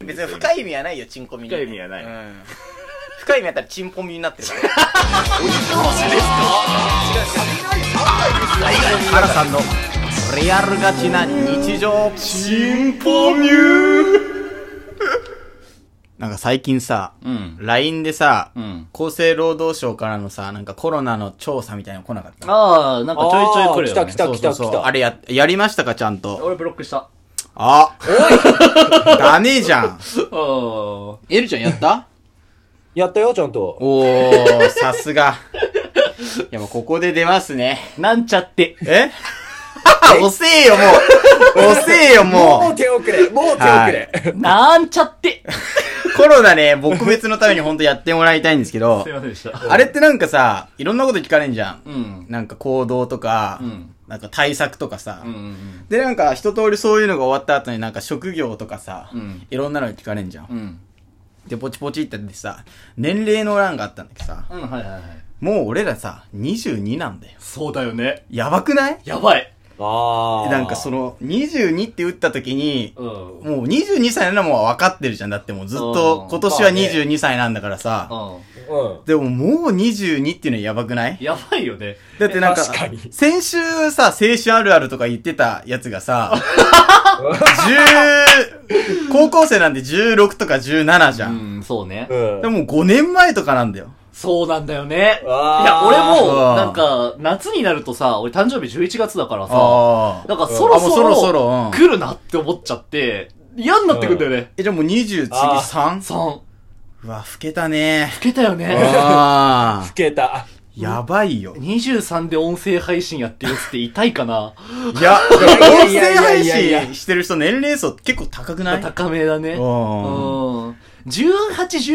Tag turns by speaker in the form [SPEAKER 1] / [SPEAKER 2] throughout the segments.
[SPEAKER 1] 別に深い意味はないよ、チンコミに。
[SPEAKER 2] 深い意味はない
[SPEAKER 1] うん深い意味あったらチンポミになってるから。原さんのリアルガチな日常。
[SPEAKER 2] チンポミュー
[SPEAKER 1] なんか最近さ、
[SPEAKER 2] うん。
[SPEAKER 1] LINE でさ、
[SPEAKER 2] うん。
[SPEAKER 1] 厚生労働省からのさ、なんかコロナの調査みたいなの来なかった
[SPEAKER 2] ああ、なんかちょいちょい来るよ、ね。
[SPEAKER 3] あー来た来た
[SPEAKER 1] そうそうそう
[SPEAKER 3] 来た
[SPEAKER 1] あれや、やりましたか、ちゃんと。
[SPEAKER 2] 俺ブロックした。あ
[SPEAKER 1] あ、おいダメじゃん。
[SPEAKER 2] あ。
[SPEAKER 1] エルちゃんやった
[SPEAKER 3] やったよ、ちゃんと。
[SPEAKER 1] おー、さす が。いや、もうここで出ますね。
[SPEAKER 2] なんちゃって。
[SPEAKER 1] え 遅えよ、もう。遅えよ、
[SPEAKER 3] も
[SPEAKER 1] も
[SPEAKER 3] う手遅れもう手遅れ、
[SPEAKER 2] なんちゃって。
[SPEAKER 1] う。コロナね、撲滅のために本当やってもらいたいんですけど
[SPEAKER 2] すい、ませんでした。
[SPEAKER 1] あれってなんかさ、いろんなこと聞かれんじゃん。
[SPEAKER 2] うん。
[SPEAKER 1] なんか行動とか、
[SPEAKER 2] うん
[SPEAKER 1] なんか対策とかさ、
[SPEAKER 2] うん。
[SPEAKER 1] で、なんか一通りそういうのが終わった後になんか職業とかさ、
[SPEAKER 2] うん
[SPEAKER 1] いろんなの聞かれんじゃん。
[SPEAKER 2] うん。
[SPEAKER 1] で、ポチポチって出てさ、年齢の欄があったんだけどさ、
[SPEAKER 2] うん、はいはいはい。
[SPEAKER 1] もう俺らさ、22なんだよ。
[SPEAKER 2] そうだよね。
[SPEAKER 1] やばくない
[SPEAKER 2] やばい。
[SPEAKER 3] ああ。
[SPEAKER 1] なんかその、22って打った時に、
[SPEAKER 2] うん。
[SPEAKER 1] もう22歳なのも分かってるじゃん。だってもうずっ
[SPEAKER 2] う
[SPEAKER 1] と
[SPEAKER 2] ん、
[SPEAKER 1] 今年は
[SPEAKER 3] まあね
[SPEAKER 1] 22歳なんだからさ。
[SPEAKER 2] うん。
[SPEAKER 3] うん。
[SPEAKER 1] でももう22っていうのはやばくない
[SPEAKER 2] やばいよね。
[SPEAKER 1] だってなんか、
[SPEAKER 3] 確かに
[SPEAKER 1] 先週さ、青春あるあるとか言ってたやつが さ、10、高校生なんで16とか17じゃ。
[SPEAKER 2] うんん、そうね。
[SPEAKER 3] うん。
[SPEAKER 1] でも5年前とかなんだよ。
[SPEAKER 2] そうなんだよね。いや、俺
[SPEAKER 3] あー
[SPEAKER 2] も、
[SPEAKER 1] うん
[SPEAKER 2] なんか、夏になるとさ、俺誕生日11月だからさ、
[SPEAKER 1] ああ。
[SPEAKER 2] なんかそろそ
[SPEAKER 1] あもう
[SPEAKER 2] ろ、
[SPEAKER 1] そろそろうん
[SPEAKER 2] 来るなって思っちゃって、嫌になってくんだよね。
[SPEAKER 1] え、じゃあもう20次
[SPEAKER 3] あー
[SPEAKER 1] 3?
[SPEAKER 2] 3、
[SPEAKER 1] うわ、老けたね。
[SPEAKER 2] 老けたよね。
[SPEAKER 1] あ
[SPEAKER 3] 老けた。
[SPEAKER 1] ーやばいよ。
[SPEAKER 2] 23で音声配信やってるやつって痛いかな
[SPEAKER 1] いや、音声
[SPEAKER 3] いやいや
[SPEAKER 1] 配
[SPEAKER 3] いやいや
[SPEAKER 1] 信してる人年齢層結構高くない
[SPEAKER 2] 高めだね。
[SPEAKER 1] う
[SPEAKER 2] うんん。18、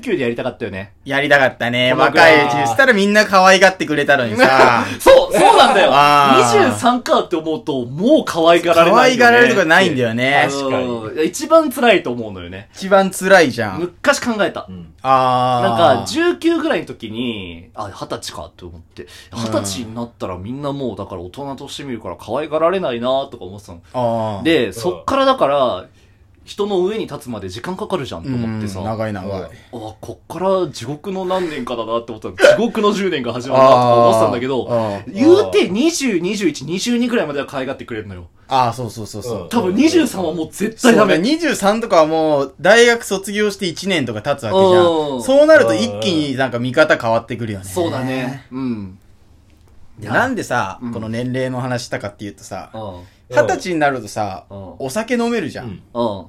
[SPEAKER 2] 19でやりたかったよね。
[SPEAKER 1] やりたかったね。
[SPEAKER 2] このぐ
[SPEAKER 1] 若
[SPEAKER 2] らい
[SPEAKER 1] いうちにしたらみんな可愛がってくれたのに さ。
[SPEAKER 2] そう、そうなんだよ。
[SPEAKER 1] あー
[SPEAKER 2] 23かって思うと、もう可愛がられ
[SPEAKER 1] 可
[SPEAKER 2] ないよね。
[SPEAKER 1] 愛がられるとかないんだよね。
[SPEAKER 3] 確かに
[SPEAKER 2] うん一番辛いと思うのよね。
[SPEAKER 1] 一番辛いじゃん。
[SPEAKER 2] 昔考えた。
[SPEAKER 1] あー。
[SPEAKER 2] なんか、19ぐらいの時に、あ、二十歳かって思って、二十歳になったらみんなもう、だから大人として見るから可愛がられないなとか思ってたの。
[SPEAKER 1] あー、
[SPEAKER 2] で、そっからだから、人の上に立つまで時間かかるじゃんと思ってさ。
[SPEAKER 1] うん長い長い。
[SPEAKER 2] あ、こっから地獄の何年かだなって思ったの。地獄の10年が始まるなとか思ってたんだけど、
[SPEAKER 1] あー
[SPEAKER 2] 言うて20、21、22ぐらいまでは可愛がってくれるのよ。
[SPEAKER 1] あー、そうそうそうそう。
[SPEAKER 3] うん
[SPEAKER 2] 多分23はもう絶
[SPEAKER 1] そう
[SPEAKER 2] 対
[SPEAKER 1] だ
[SPEAKER 2] ダ
[SPEAKER 1] ね
[SPEAKER 2] メ。
[SPEAKER 1] 23とかはもう、大学卒業して1年とか経つわけじゃ
[SPEAKER 2] うん
[SPEAKER 1] ん。そうなると一気になんか見方変わってくるよね。
[SPEAKER 2] そうだね。。うん。
[SPEAKER 1] でなんでさ、
[SPEAKER 2] うん
[SPEAKER 1] この年齢の話したかっていうとさ、
[SPEAKER 2] うん。
[SPEAKER 3] うん
[SPEAKER 1] 二十歳になるとさ、
[SPEAKER 2] うん
[SPEAKER 1] お酒飲めるじゃん。
[SPEAKER 3] うん
[SPEAKER 2] う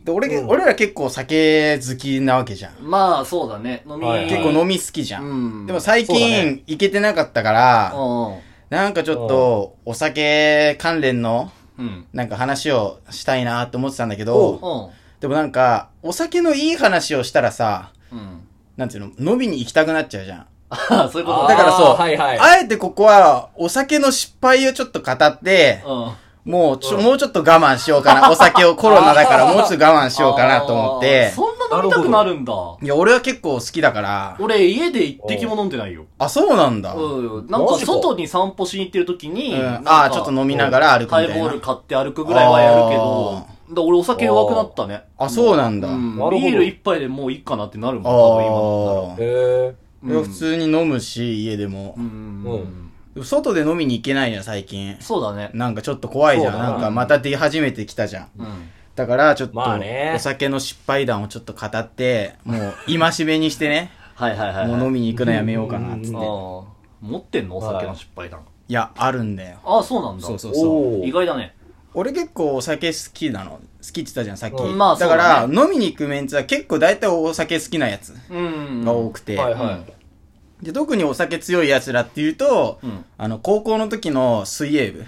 [SPEAKER 2] ん。
[SPEAKER 1] で俺、
[SPEAKER 3] うん
[SPEAKER 1] 俺ら結構酒好きなわけじゃん。
[SPEAKER 2] まあ、そうだね。飲み、
[SPEAKER 3] はい
[SPEAKER 1] 結構飲み好きじゃん。
[SPEAKER 2] うん
[SPEAKER 1] でも最
[SPEAKER 3] そうだ
[SPEAKER 1] 近、
[SPEAKER 3] ね
[SPEAKER 1] 行けてなかったから、
[SPEAKER 2] う
[SPEAKER 1] なんかちょっと、お酒関連の、
[SPEAKER 2] ん。うん。
[SPEAKER 1] なんか話をしたいなって思ってたんだけど、
[SPEAKER 2] うん。
[SPEAKER 1] でもなんか、お酒のいい話をしたらさ、
[SPEAKER 2] うん。
[SPEAKER 1] なんていうの、飲みに行きたくなっちゃうじゃん。
[SPEAKER 2] ああ、そういうこと
[SPEAKER 1] だ
[SPEAKER 2] だ。
[SPEAKER 1] からそう
[SPEAKER 3] あーはいはい。
[SPEAKER 1] あえてここは、お酒の失敗をちょっと語って、
[SPEAKER 2] うん。
[SPEAKER 1] もうちょ、もうちょっと我慢しようかな。お酒をコロナだからもうちょっと我慢しようかなと思っ
[SPEAKER 2] あー
[SPEAKER 1] て。
[SPEAKER 2] そんな飲みたくなるんだ。
[SPEAKER 1] いや、俺は結構好きだから。
[SPEAKER 2] 俺、家で一滴も飲んでないよ。
[SPEAKER 1] あ、そうなんだ。うん。
[SPEAKER 2] うん。なんか、
[SPEAKER 3] マジか
[SPEAKER 2] 外に散歩しに行ってる時に、なんか
[SPEAKER 1] あーちょっと飲みながら歩く
[SPEAKER 2] ハ
[SPEAKER 1] み
[SPEAKER 2] イ
[SPEAKER 1] たい
[SPEAKER 2] ボール
[SPEAKER 1] な。
[SPEAKER 2] 買って歩くぐらいはやるけど、だから俺お酒弱くなったね。
[SPEAKER 1] あ、そうなんだ。
[SPEAKER 2] うん
[SPEAKER 3] なるほど
[SPEAKER 2] ビール一杯でもういいかなってなる
[SPEAKER 1] あ
[SPEAKER 2] もん、多
[SPEAKER 1] あ
[SPEAKER 3] へ。え。
[SPEAKER 2] 分今だったら。うん
[SPEAKER 1] 普通に飲むし、家でも
[SPEAKER 2] う。ん。
[SPEAKER 3] う
[SPEAKER 1] でも外で飲みに行けないじゃん、最近。
[SPEAKER 2] そうだね。
[SPEAKER 1] なんかちょっと怖いじゃん。
[SPEAKER 3] そうだな
[SPEAKER 1] なんかまた出始めてきたじゃん。
[SPEAKER 2] うん。
[SPEAKER 1] だから、ちょっと、
[SPEAKER 3] まあね
[SPEAKER 1] お酒の失敗談をちょっと語って、もう、今しめにしてね、
[SPEAKER 2] はいはいはい。
[SPEAKER 1] もう飲みに行くのやめようかな、つって。
[SPEAKER 3] うん
[SPEAKER 2] あー持ってんのお酒の失敗談。
[SPEAKER 1] いや、あるんだよ。
[SPEAKER 2] ああ、そうなんだ。
[SPEAKER 1] そうそうそう。
[SPEAKER 3] お
[SPEAKER 2] 意
[SPEAKER 3] ー。
[SPEAKER 2] 外だね。
[SPEAKER 1] 俺結構お酒好きなの。好きって言ったじゃん、さっき。
[SPEAKER 2] うんまあ
[SPEAKER 1] だから、
[SPEAKER 2] そうだ
[SPEAKER 1] 飲みに行くメンツは結構大体お酒好きなやつ
[SPEAKER 2] うん。
[SPEAKER 1] が多くて。
[SPEAKER 3] はい
[SPEAKER 2] は。
[SPEAKER 3] はい
[SPEAKER 1] で、特にお酒強い奴らっていうと、
[SPEAKER 2] うん
[SPEAKER 1] あの、高校の時の水泳部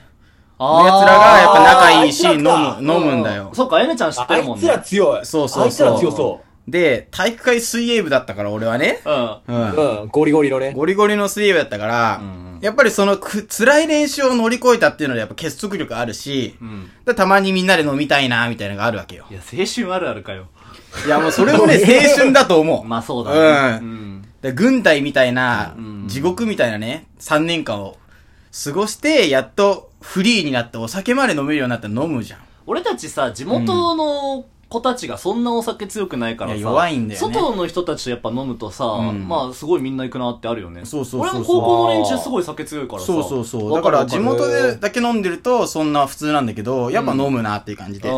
[SPEAKER 2] あ
[SPEAKER 1] の奴らがやっぱ仲いいし、
[SPEAKER 3] あー
[SPEAKER 1] 飲
[SPEAKER 3] あいつ
[SPEAKER 1] む、飲むんだよ。
[SPEAKER 2] そっか、エネちゃん知って
[SPEAKER 3] あ
[SPEAKER 2] るも
[SPEAKER 3] い
[SPEAKER 2] ん
[SPEAKER 3] つ
[SPEAKER 2] ね。
[SPEAKER 3] ら強い。
[SPEAKER 1] そうそうそう
[SPEAKER 3] あいつら強そ
[SPEAKER 1] で、体育会水泳部だったから俺はね。
[SPEAKER 2] うん。
[SPEAKER 1] う
[SPEAKER 3] う。
[SPEAKER 1] ん。
[SPEAKER 3] うん。ゴリゴリのね。
[SPEAKER 1] ゴリゴリの水泳部だったから、
[SPEAKER 2] うん
[SPEAKER 1] やっぱりそのく辛い練習を乗り越えたっていうのでやっぱ結束力あるし、
[SPEAKER 2] うん。
[SPEAKER 1] でたまにみんなで飲みたいな、みたいなのがあるわけよ。
[SPEAKER 2] いや、青春あるあるかよ。
[SPEAKER 1] いやもうそ れもね、青春だと思う。
[SPEAKER 2] まあそうだね。
[SPEAKER 1] うん
[SPEAKER 2] ん。
[SPEAKER 1] で軍隊みたいな、
[SPEAKER 2] うん
[SPEAKER 1] 地獄みたいなね、3年間を過ごして、やっとフリーになってお酒まで飲めるようになって飲むじゃん。
[SPEAKER 2] 俺たちさ、地元の子たちがそんなお酒強くないからさ。
[SPEAKER 1] いや弱いんだよね
[SPEAKER 2] 外の人たちとやっぱ飲むとさ、
[SPEAKER 1] うん
[SPEAKER 2] まあすごいみんな行くなってあるよね。
[SPEAKER 1] そうそうそうそう
[SPEAKER 2] 俺も高校の連中すごい酒強いからさ。
[SPEAKER 1] そうそうそう。だ
[SPEAKER 2] わ
[SPEAKER 1] か
[SPEAKER 2] る
[SPEAKER 1] ら
[SPEAKER 2] わる
[SPEAKER 1] 地元でだけ飲んでるとそんな普通なんだけど、やっぱ飲むなっていう感じで。
[SPEAKER 2] う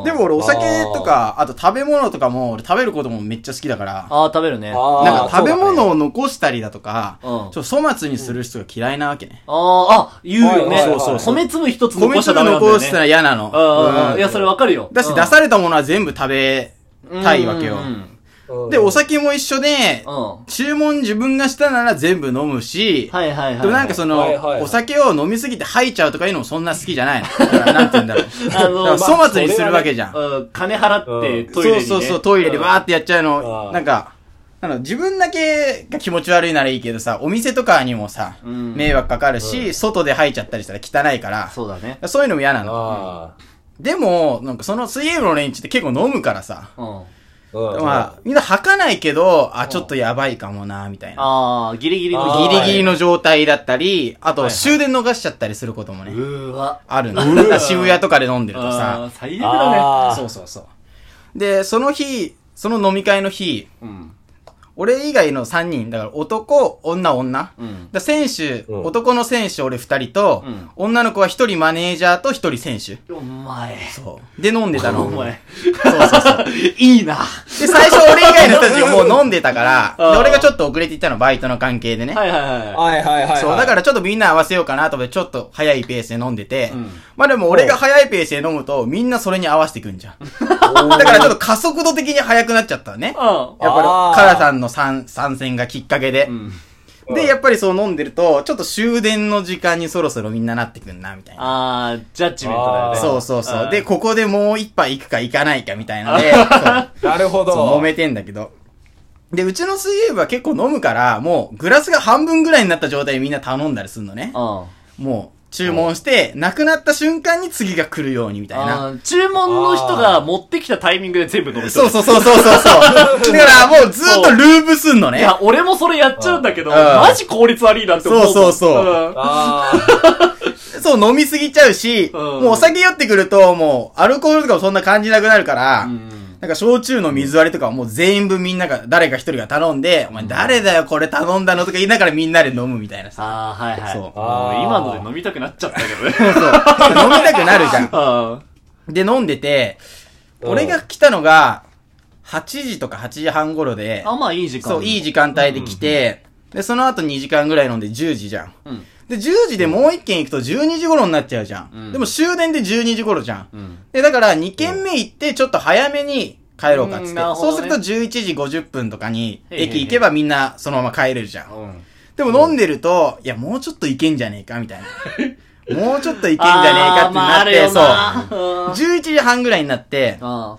[SPEAKER 2] ん
[SPEAKER 1] でも俺お酒とか、あと食べ物とかも俺食べることもめっちゃ好きだから、
[SPEAKER 2] ああ、食べるね。あ
[SPEAKER 3] あー
[SPEAKER 1] なんか食べ
[SPEAKER 3] そうだね
[SPEAKER 1] 物を残したりだとか、
[SPEAKER 2] う
[SPEAKER 1] ち
[SPEAKER 2] ん
[SPEAKER 1] ょっと粗末にする人が嫌いなわけね。
[SPEAKER 2] あー、あ、言うよね。
[SPEAKER 3] はいはいはいそうそうそう
[SPEAKER 2] 米粒一つ残
[SPEAKER 1] 米
[SPEAKER 2] しちゃ
[SPEAKER 1] 粒
[SPEAKER 2] ダメなんだよ
[SPEAKER 1] 残
[SPEAKER 2] ね。
[SPEAKER 1] したら嫌なの。
[SPEAKER 2] うんうん
[SPEAKER 1] う
[SPEAKER 2] うんん。いや、それわかるよ。
[SPEAKER 1] だし
[SPEAKER 2] うん
[SPEAKER 1] 出されたものは全部食べたいわけよ
[SPEAKER 2] うん。うん
[SPEAKER 3] うん
[SPEAKER 1] で、お酒も一緒で
[SPEAKER 2] う、ん。うん
[SPEAKER 1] 注文自分がしたなら全部飲むし、
[SPEAKER 2] はいはいはい。
[SPEAKER 1] でもなんかそ
[SPEAKER 3] はいはいは
[SPEAKER 1] の、
[SPEAKER 3] い
[SPEAKER 1] お酒を飲みすぎて吐いちゃうとかいうのもそんな好きじゃないの。だからなんて言うんだろう。
[SPEAKER 2] あの
[SPEAKER 1] だから
[SPEAKER 2] まあ
[SPEAKER 1] 粗末にするわけじゃん。
[SPEAKER 2] うん、金払って
[SPEAKER 3] うん
[SPEAKER 2] トイレに、ね。
[SPEAKER 1] そうそうそう、トイレでわーってやっちゃう
[SPEAKER 3] う
[SPEAKER 1] の、
[SPEAKER 3] ん
[SPEAKER 1] なんか、あの、自分だけが気持ち悪いならいいけどさ、お店とかにもさ、
[SPEAKER 2] うん
[SPEAKER 1] 迷惑かかるし、外で吐いちゃったりしたら汚いから、
[SPEAKER 2] そうだね。
[SPEAKER 1] そういうのも嫌なの。
[SPEAKER 3] あ
[SPEAKER 1] でも、なんかその水泳部の連中って結構飲むからさ、
[SPEAKER 2] うん。
[SPEAKER 3] あ。うん
[SPEAKER 1] まあ、みんな吐かないけど、あ、ちょっとやばいかもな、みたいな。
[SPEAKER 2] ああ、ギリギリの
[SPEAKER 3] あー
[SPEAKER 1] ギリギリの状態だったり、あ
[SPEAKER 2] は
[SPEAKER 1] と
[SPEAKER 2] いはい
[SPEAKER 1] 終電逃しちゃったりすることも
[SPEAKER 2] う
[SPEAKER 1] ね、
[SPEAKER 2] ーわ。
[SPEAKER 1] あるの。だから 渋谷とかで飲んでると
[SPEAKER 2] あ
[SPEAKER 1] さ、
[SPEAKER 2] ー最悪だね。
[SPEAKER 3] あー
[SPEAKER 1] そうそうそう。で、その日、その飲み会の日、
[SPEAKER 2] うん。
[SPEAKER 1] 俺以外の3人、だから男、女、女。
[SPEAKER 2] うん。
[SPEAKER 1] だ選手、
[SPEAKER 3] うん
[SPEAKER 1] 男の選手俺2人と、
[SPEAKER 2] うん
[SPEAKER 1] 女の子は1人マネージャーと1人選手。
[SPEAKER 2] お前。
[SPEAKER 1] そう。で、飲んでたの。
[SPEAKER 2] お前。
[SPEAKER 1] そうそうそう。
[SPEAKER 2] いいな。
[SPEAKER 1] で、最初俺以外の人たちがもう飲んでたから、
[SPEAKER 2] あー
[SPEAKER 1] で、俺がちょっと遅れていったの、バイトの関係でね。
[SPEAKER 2] はいはいは
[SPEAKER 3] はいはいはいはい。
[SPEAKER 1] そう、だからちょっとみんな合わせようかなと思って、ちょっと早いペースで飲んでて、
[SPEAKER 2] うん
[SPEAKER 1] まあでも俺が早いペースで飲むと、みんなそれに合わせてくんじゃん。
[SPEAKER 3] ら
[SPEAKER 1] だからちょっと加速度的に速くなっちゃったのね。
[SPEAKER 2] い。うん。
[SPEAKER 1] やっぱ
[SPEAKER 3] あー
[SPEAKER 1] り、カラさんの参参戦がきっかけで。
[SPEAKER 2] うん
[SPEAKER 1] で、やっぱりそう飲んでると、ちょっと終電の時間にそろそろみんななってくんな、みたいな。
[SPEAKER 2] ああ、ジャッジメントだよ
[SPEAKER 3] あ
[SPEAKER 2] ね。
[SPEAKER 3] ー
[SPEAKER 1] そうそうそう。
[SPEAKER 2] ん
[SPEAKER 1] で、、ここでもう一杯行くか行かないかみたいなので、そう
[SPEAKER 3] なるほど。
[SPEAKER 1] そう揉めてんだけど。で、うちの水泳部は結構飲むから、もうグラスが半分ぐらいになった状態でみんな頼んだりすんのね
[SPEAKER 2] う。ん。
[SPEAKER 1] もう注文して、なくなった瞬間に次が来るようにみたいな。
[SPEAKER 2] あー注文の人が持ってきたタイミングで全部飲む人
[SPEAKER 1] そうそうそう そうそう。だからもうずっとルーブすんの
[SPEAKER 2] い
[SPEAKER 1] ね。
[SPEAKER 2] や、俺もそれやっちゃうんだけど、
[SPEAKER 1] うん
[SPEAKER 2] マジ効率悪いなって思う。
[SPEAKER 1] そうそうそうん
[SPEAKER 3] あ
[SPEAKER 1] そう、飲みすぎちゃうし、
[SPEAKER 2] うん
[SPEAKER 1] もうお酒酔ってくると、もう、アルコールとかもそんな感じなくなるから、
[SPEAKER 2] うん
[SPEAKER 1] なんか、焼酎の水割りとかはもう全部みんなが、誰か一人が頼んで、お前誰だよこれ頼んだのとか言いながらみんなで飲むみたいな さ。
[SPEAKER 2] ああ、はいはい。
[SPEAKER 1] そう
[SPEAKER 2] も
[SPEAKER 3] あー
[SPEAKER 2] 今ので飲みたくなっちゃったけどね。
[SPEAKER 1] そうそう。飲みたくなるじゃん。
[SPEAKER 2] あ
[SPEAKER 1] で、飲んでて、
[SPEAKER 3] うん
[SPEAKER 1] 俺が来たのが、8時とか8時半頃で
[SPEAKER 2] ー、あ、まあいい時間。
[SPEAKER 1] そう、いい時間帯で来て、で、その後2時間ぐらい飲んで10時じゃん。
[SPEAKER 2] うん。
[SPEAKER 1] で、10時でもう一軒行くと12時頃になっちゃうじゃん。
[SPEAKER 2] うん
[SPEAKER 1] でも終電で12時頃じゃん。
[SPEAKER 2] うん。
[SPEAKER 1] で、だから2軒目行って、ちょっと早めに帰ろうかっつっ
[SPEAKER 2] うん
[SPEAKER 1] て。
[SPEAKER 2] なるほ
[SPEAKER 1] そ
[SPEAKER 2] ど
[SPEAKER 1] う
[SPEAKER 2] ね
[SPEAKER 1] すると11時50分とかに、
[SPEAKER 2] へいへいへい
[SPEAKER 1] 駅行けばみんなそのまま帰れるじゃん。
[SPEAKER 2] うん。
[SPEAKER 1] でも飲んでると、いや、もうちょっと行けんじゃねえか、みたい な。もうちょっと行けんじゃねえかってなって、
[SPEAKER 2] あーまああるよな
[SPEAKER 1] そう。11時半ぐらいになって、
[SPEAKER 2] あ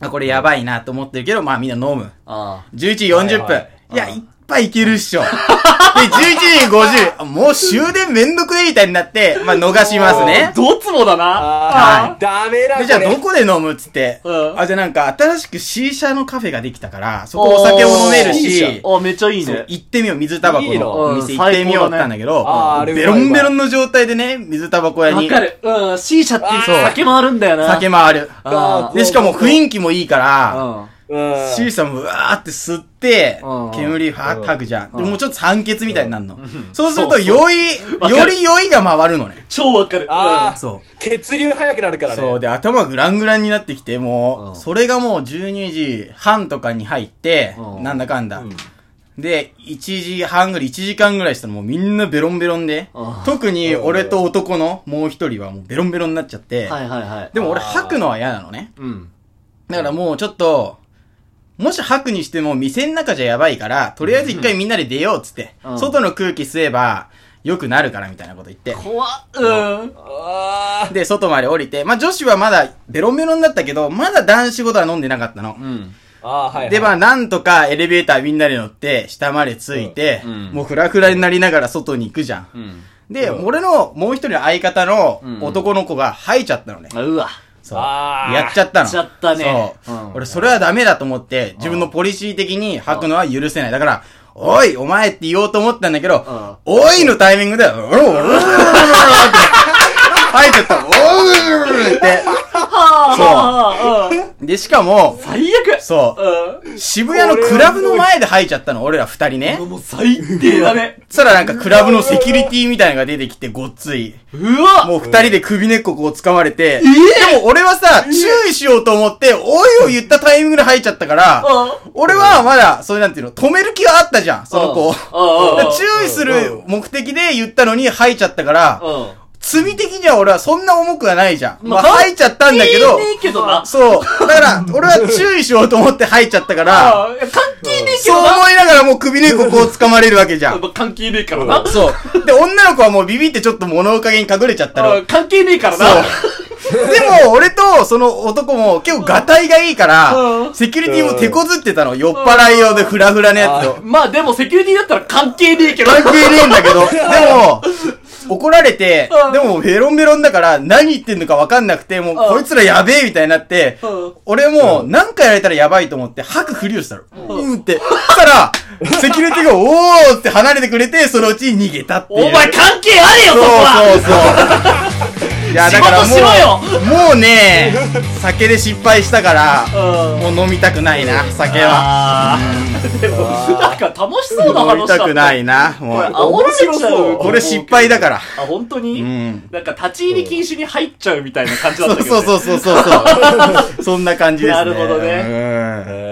[SPEAKER 1] あ、これやばいなと思ってるけど、まあみんな飲む。
[SPEAKER 2] あ。あ
[SPEAKER 1] 11時40分。
[SPEAKER 3] はいはい
[SPEAKER 1] いや、いっぱいいけるっしょ。で、11時50、あもう終電めんどくねみたいになって、まあ逃しますね
[SPEAKER 2] あ。。 どつもだな。
[SPEAKER 3] あ
[SPEAKER 1] は
[SPEAKER 3] ー。ダメだこ
[SPEAKER 1] で、
[SPEAKER 3] れ。
[SPEAKER 1] じゃあどこで飲むっつって。
[SPEAKER 2] うん
[SPEAKER 1] あ、じゃあなんか新しく C 社のカフェができたから、そこお酒も飲めるし、
[SPEAKER 2] あー、めっちゃいい
[SPEAKER 1] そう
[SPEAKER 2] ね。
[SPEAKER 1] 行ってみよう、水タバコ
[SPEAKER 3] いい
[SPEAKER 1] の
[SPEAKER 3] の
[SPEAKER 1] お店行ってみようって言ったんだけど、
[SPEAKER 3] ん最高だねあーあれうま
[SPEAKER 1] ベ
[SPEAKER 3] い
[SPEAKER 1] ロ
[SPEAKER 3] わ
[SPEAKER 1] ンベロンの状態でね、水タバコ屋
[SPEAKER 2] わ
[SPEAKER 1] に
[SPEAKER 2] かる。うん。C 社って
[SPEAKER 1] そう
[SPEAKER 2] 酒もあるんだよな。
[SPEAKER 1] 酒回る。
[SPEAKER 2] あー
[SPEAKER 1] で、しかも雰囲気もいいから、
[SPEAKER 3] うん。
[SPEAKER 1] C 社もうわーって吸って
[SPEAKER 2] うん、
[SPEAKER 1] 煙は
[SPEAKER 3] うん
[SPEAKER 1] 吐くじゃん。でもうちょっと酸欠みたいになるの
[SPEAKER 2] ん。
[SPEAKER 1] そうすると、
[SPEAKER 2] そうそ
[SPEAKER 1] 酔い、
[SPEAKER 2] わかる
[SPEAKER 1] より酔いが回るのね。
[SPEAKER 2] 超わかる。
[SPEAKER 3] あー
[SPEAKER 1] そう。
[SPEAKER 3] 血流早くなるからね。
[SPEAKER 1] そう。で、頭グラングランになってきて、も
[SPEAKER 2] うん
[SPEAKER 1] う、それがもう12時半とかに入って
[SPEAKER 2] う、ん
[SPEAKER 1] なんだかんだ
[SPEAKER 3] うん。
[SPEAKER 1] で、1時半ぐらい、1時間ぐらいしたらもうみんなベロンベロンで
[SPEAKER 2] うん、
[SPEAKER 1] 特に俺と男のもう一人はもうベロンベロンになっちゃって、
[SPEAKER 2] はいはいはい。
[SPEAKER 1] でも俺
[SPEAKER 3] あー
[SPEAKER 1] 吐くのは嫌なのね。
[SPEAKER 2] うん。
[SPEAKER 1] だからもうちょっと、もし吐くにしても店の中じゃやばいから、とりあえず一回みんなで出ようっつって
[SPEAKER 2] う、ん
[SPEAKER 1] 外の空気吸えば良くなるからみたいなこと言って。
[SPEAKER 2] 怖っ。うん。
[SPEAKER 3] あ
[SPEAKER 1] で、外まで降りて、まあ女子はまだベロンベロンだったけど、まだ男子ごとは飲んでなかったの。
[SPEAKER 2] うん。
[SPEAKER 3] ーあー、はいはい。
[SPEAKER 1] で、まあなんとかエレベーターみんなで乗って、下まで着いて、
[SPEAKER 2] うんうん
[SPEAKER 1] もうフラフラになりながら外に行くじゃん。
[SPEAKER 2] うん。
[SPEAKER 1] で、
[SPEAKER 3] うん
[SPEAKER 1] 俺のもう一人の相方の
[SPEAKER 2] うん
[SPEAKER 1] 男の子が吐いちゃったのね。
[SPEAKER 2] あうわ。
[SPEAKER 1] そう。
[SPEAKER 3] あー
[SPEAKER 1] やっちゃったの。
[SPEAKER 2] やっちゃったね
[SPEAKER 1] そう。
[SPEAKER 2] うん
[SPEAKER 1] 俺、それはダメだと思って、自分のポリシー的に吐くのは許せない。だから、おい、お前って言おうと思ったんだけど、おいのタイミングで、おろおろおろおろおろおろって吐いちゃった。おうって。
[SPEAKER 2] はあ。そう。
[SPEAKER 1] で、しかも、
[SPEAKER 2] 最悪
[SPEAKER 1] そう、
[SPEAKER 2] う
[SPEAKER 1] 渋谷のクラブの前で吐いちゃったの、俺ら二人ね。
[SPEAKER 2] ん。もう最低だね。
[SPEAKER 1] そしたらなんかクラブのセキュリティみたいなのが出てきて、ごっつい。
[SPEAKER 2] うわ
[SPEAKER 1] もう二人で首根っここう掴まれて、でも俺はさ、注意しようと思って、おいを言ったタイミングで入っちゃったから、俺はまだ、そういうなんていうの、止める気はあったじゃん、その子。
[SPEAKER 2] うんうん
[SPEAKER 1] だから注意する目的で言ったのに入っちゃったから、
[SPEAKER 2] うん。
[SPEAKER 1] 罪的には俺はそんな重くはないじゃん。ま
[SPEAKER 2] まあ
[SPEAKER 1] あ入っちゃったんだけど
[SPEAKER 2] 関係、ねえけどな。
[SPEAKER 1] そう。だから、俺は注意しようと思って入っちゃったから、
[SPEAKER 2] あ関係ねえけ
[SPEAKER 1] そう
[SPEAKER 2] どな。
[SPEAKER 1] 思いながらもう首根っここう掴まれるわけじゃん。
[SPEAKER 2] 関係ねえからな。
[SPEAKER 1] そう。で、女の子はもうビビってちょっと物陰に隠れちゃったの。
[SPEAKER 2] あ関係ねえからな。
[SPEAKER 1] でも、俺とその男も結構ガタイがいいから
[SPEAKER 2] う、ん
[SPEAKER 1] セキュリティも手こずってたの。酔っ払い用でフラフラのやつと。
[SPEAKER 2] まあでもセキュリティだったら関係ねえけど。
[SPEAKER 1] 関係ねえんだけ ど。でも、怒られて、
[SPEAKER 2] ん
[SPEAKER 1] でもベロンベロンだから何言ってんのかわかんなくて、もうこいつらやべえみたいになって
[SPEAKER 2] うん、
[SPEAKER 1] 俺も何回やられたらやばいと思って吐くふりをしたの。うんって。そしたら、セキュリティがおーって離れてくれて、そのうちに逃げたっていう。
[SPEAKER 2] お前関係あれよ、そこは
[SPEAKER 1] そうそうそう。いや、だからもう、
[SPEAKER 2] 仕事しろよ
[SPEAKER 1] もうね、酒で失敗したから、
[SPEAKER 2] うん。
[SPEAKER 1] もう飲みたくないな、酒は。
[SPEAKER 2] あーでも、なんか楽しそうな話だった。
[SPEAKER 1] 飲みたくないな、も
[SPEAKER 2] これ、
[SPEAKER 1] う。
[SPEAKER 2] 煽られちゃう。
[SPEAKER 1] これ失敗だ
[SPEAKER 2] ら。
[SPEAKER 1] から。
[SPEAKER 2] あ、本当に
[SPEAKER 1] うん
[SPEAKER 2] なんか立ち入り禁止に入っちゃうみたいな感じだ
[SPEAKER 1] そ
[SPEAKER 2] った
[SPEAKER 1] う
[SPEAKER 2] けど。。
[SPEAKER 1] そうそう うそうそうそう。そんな感じですね。
[SPEAKER 2] なるほどね
[SPEAKER 1] ね。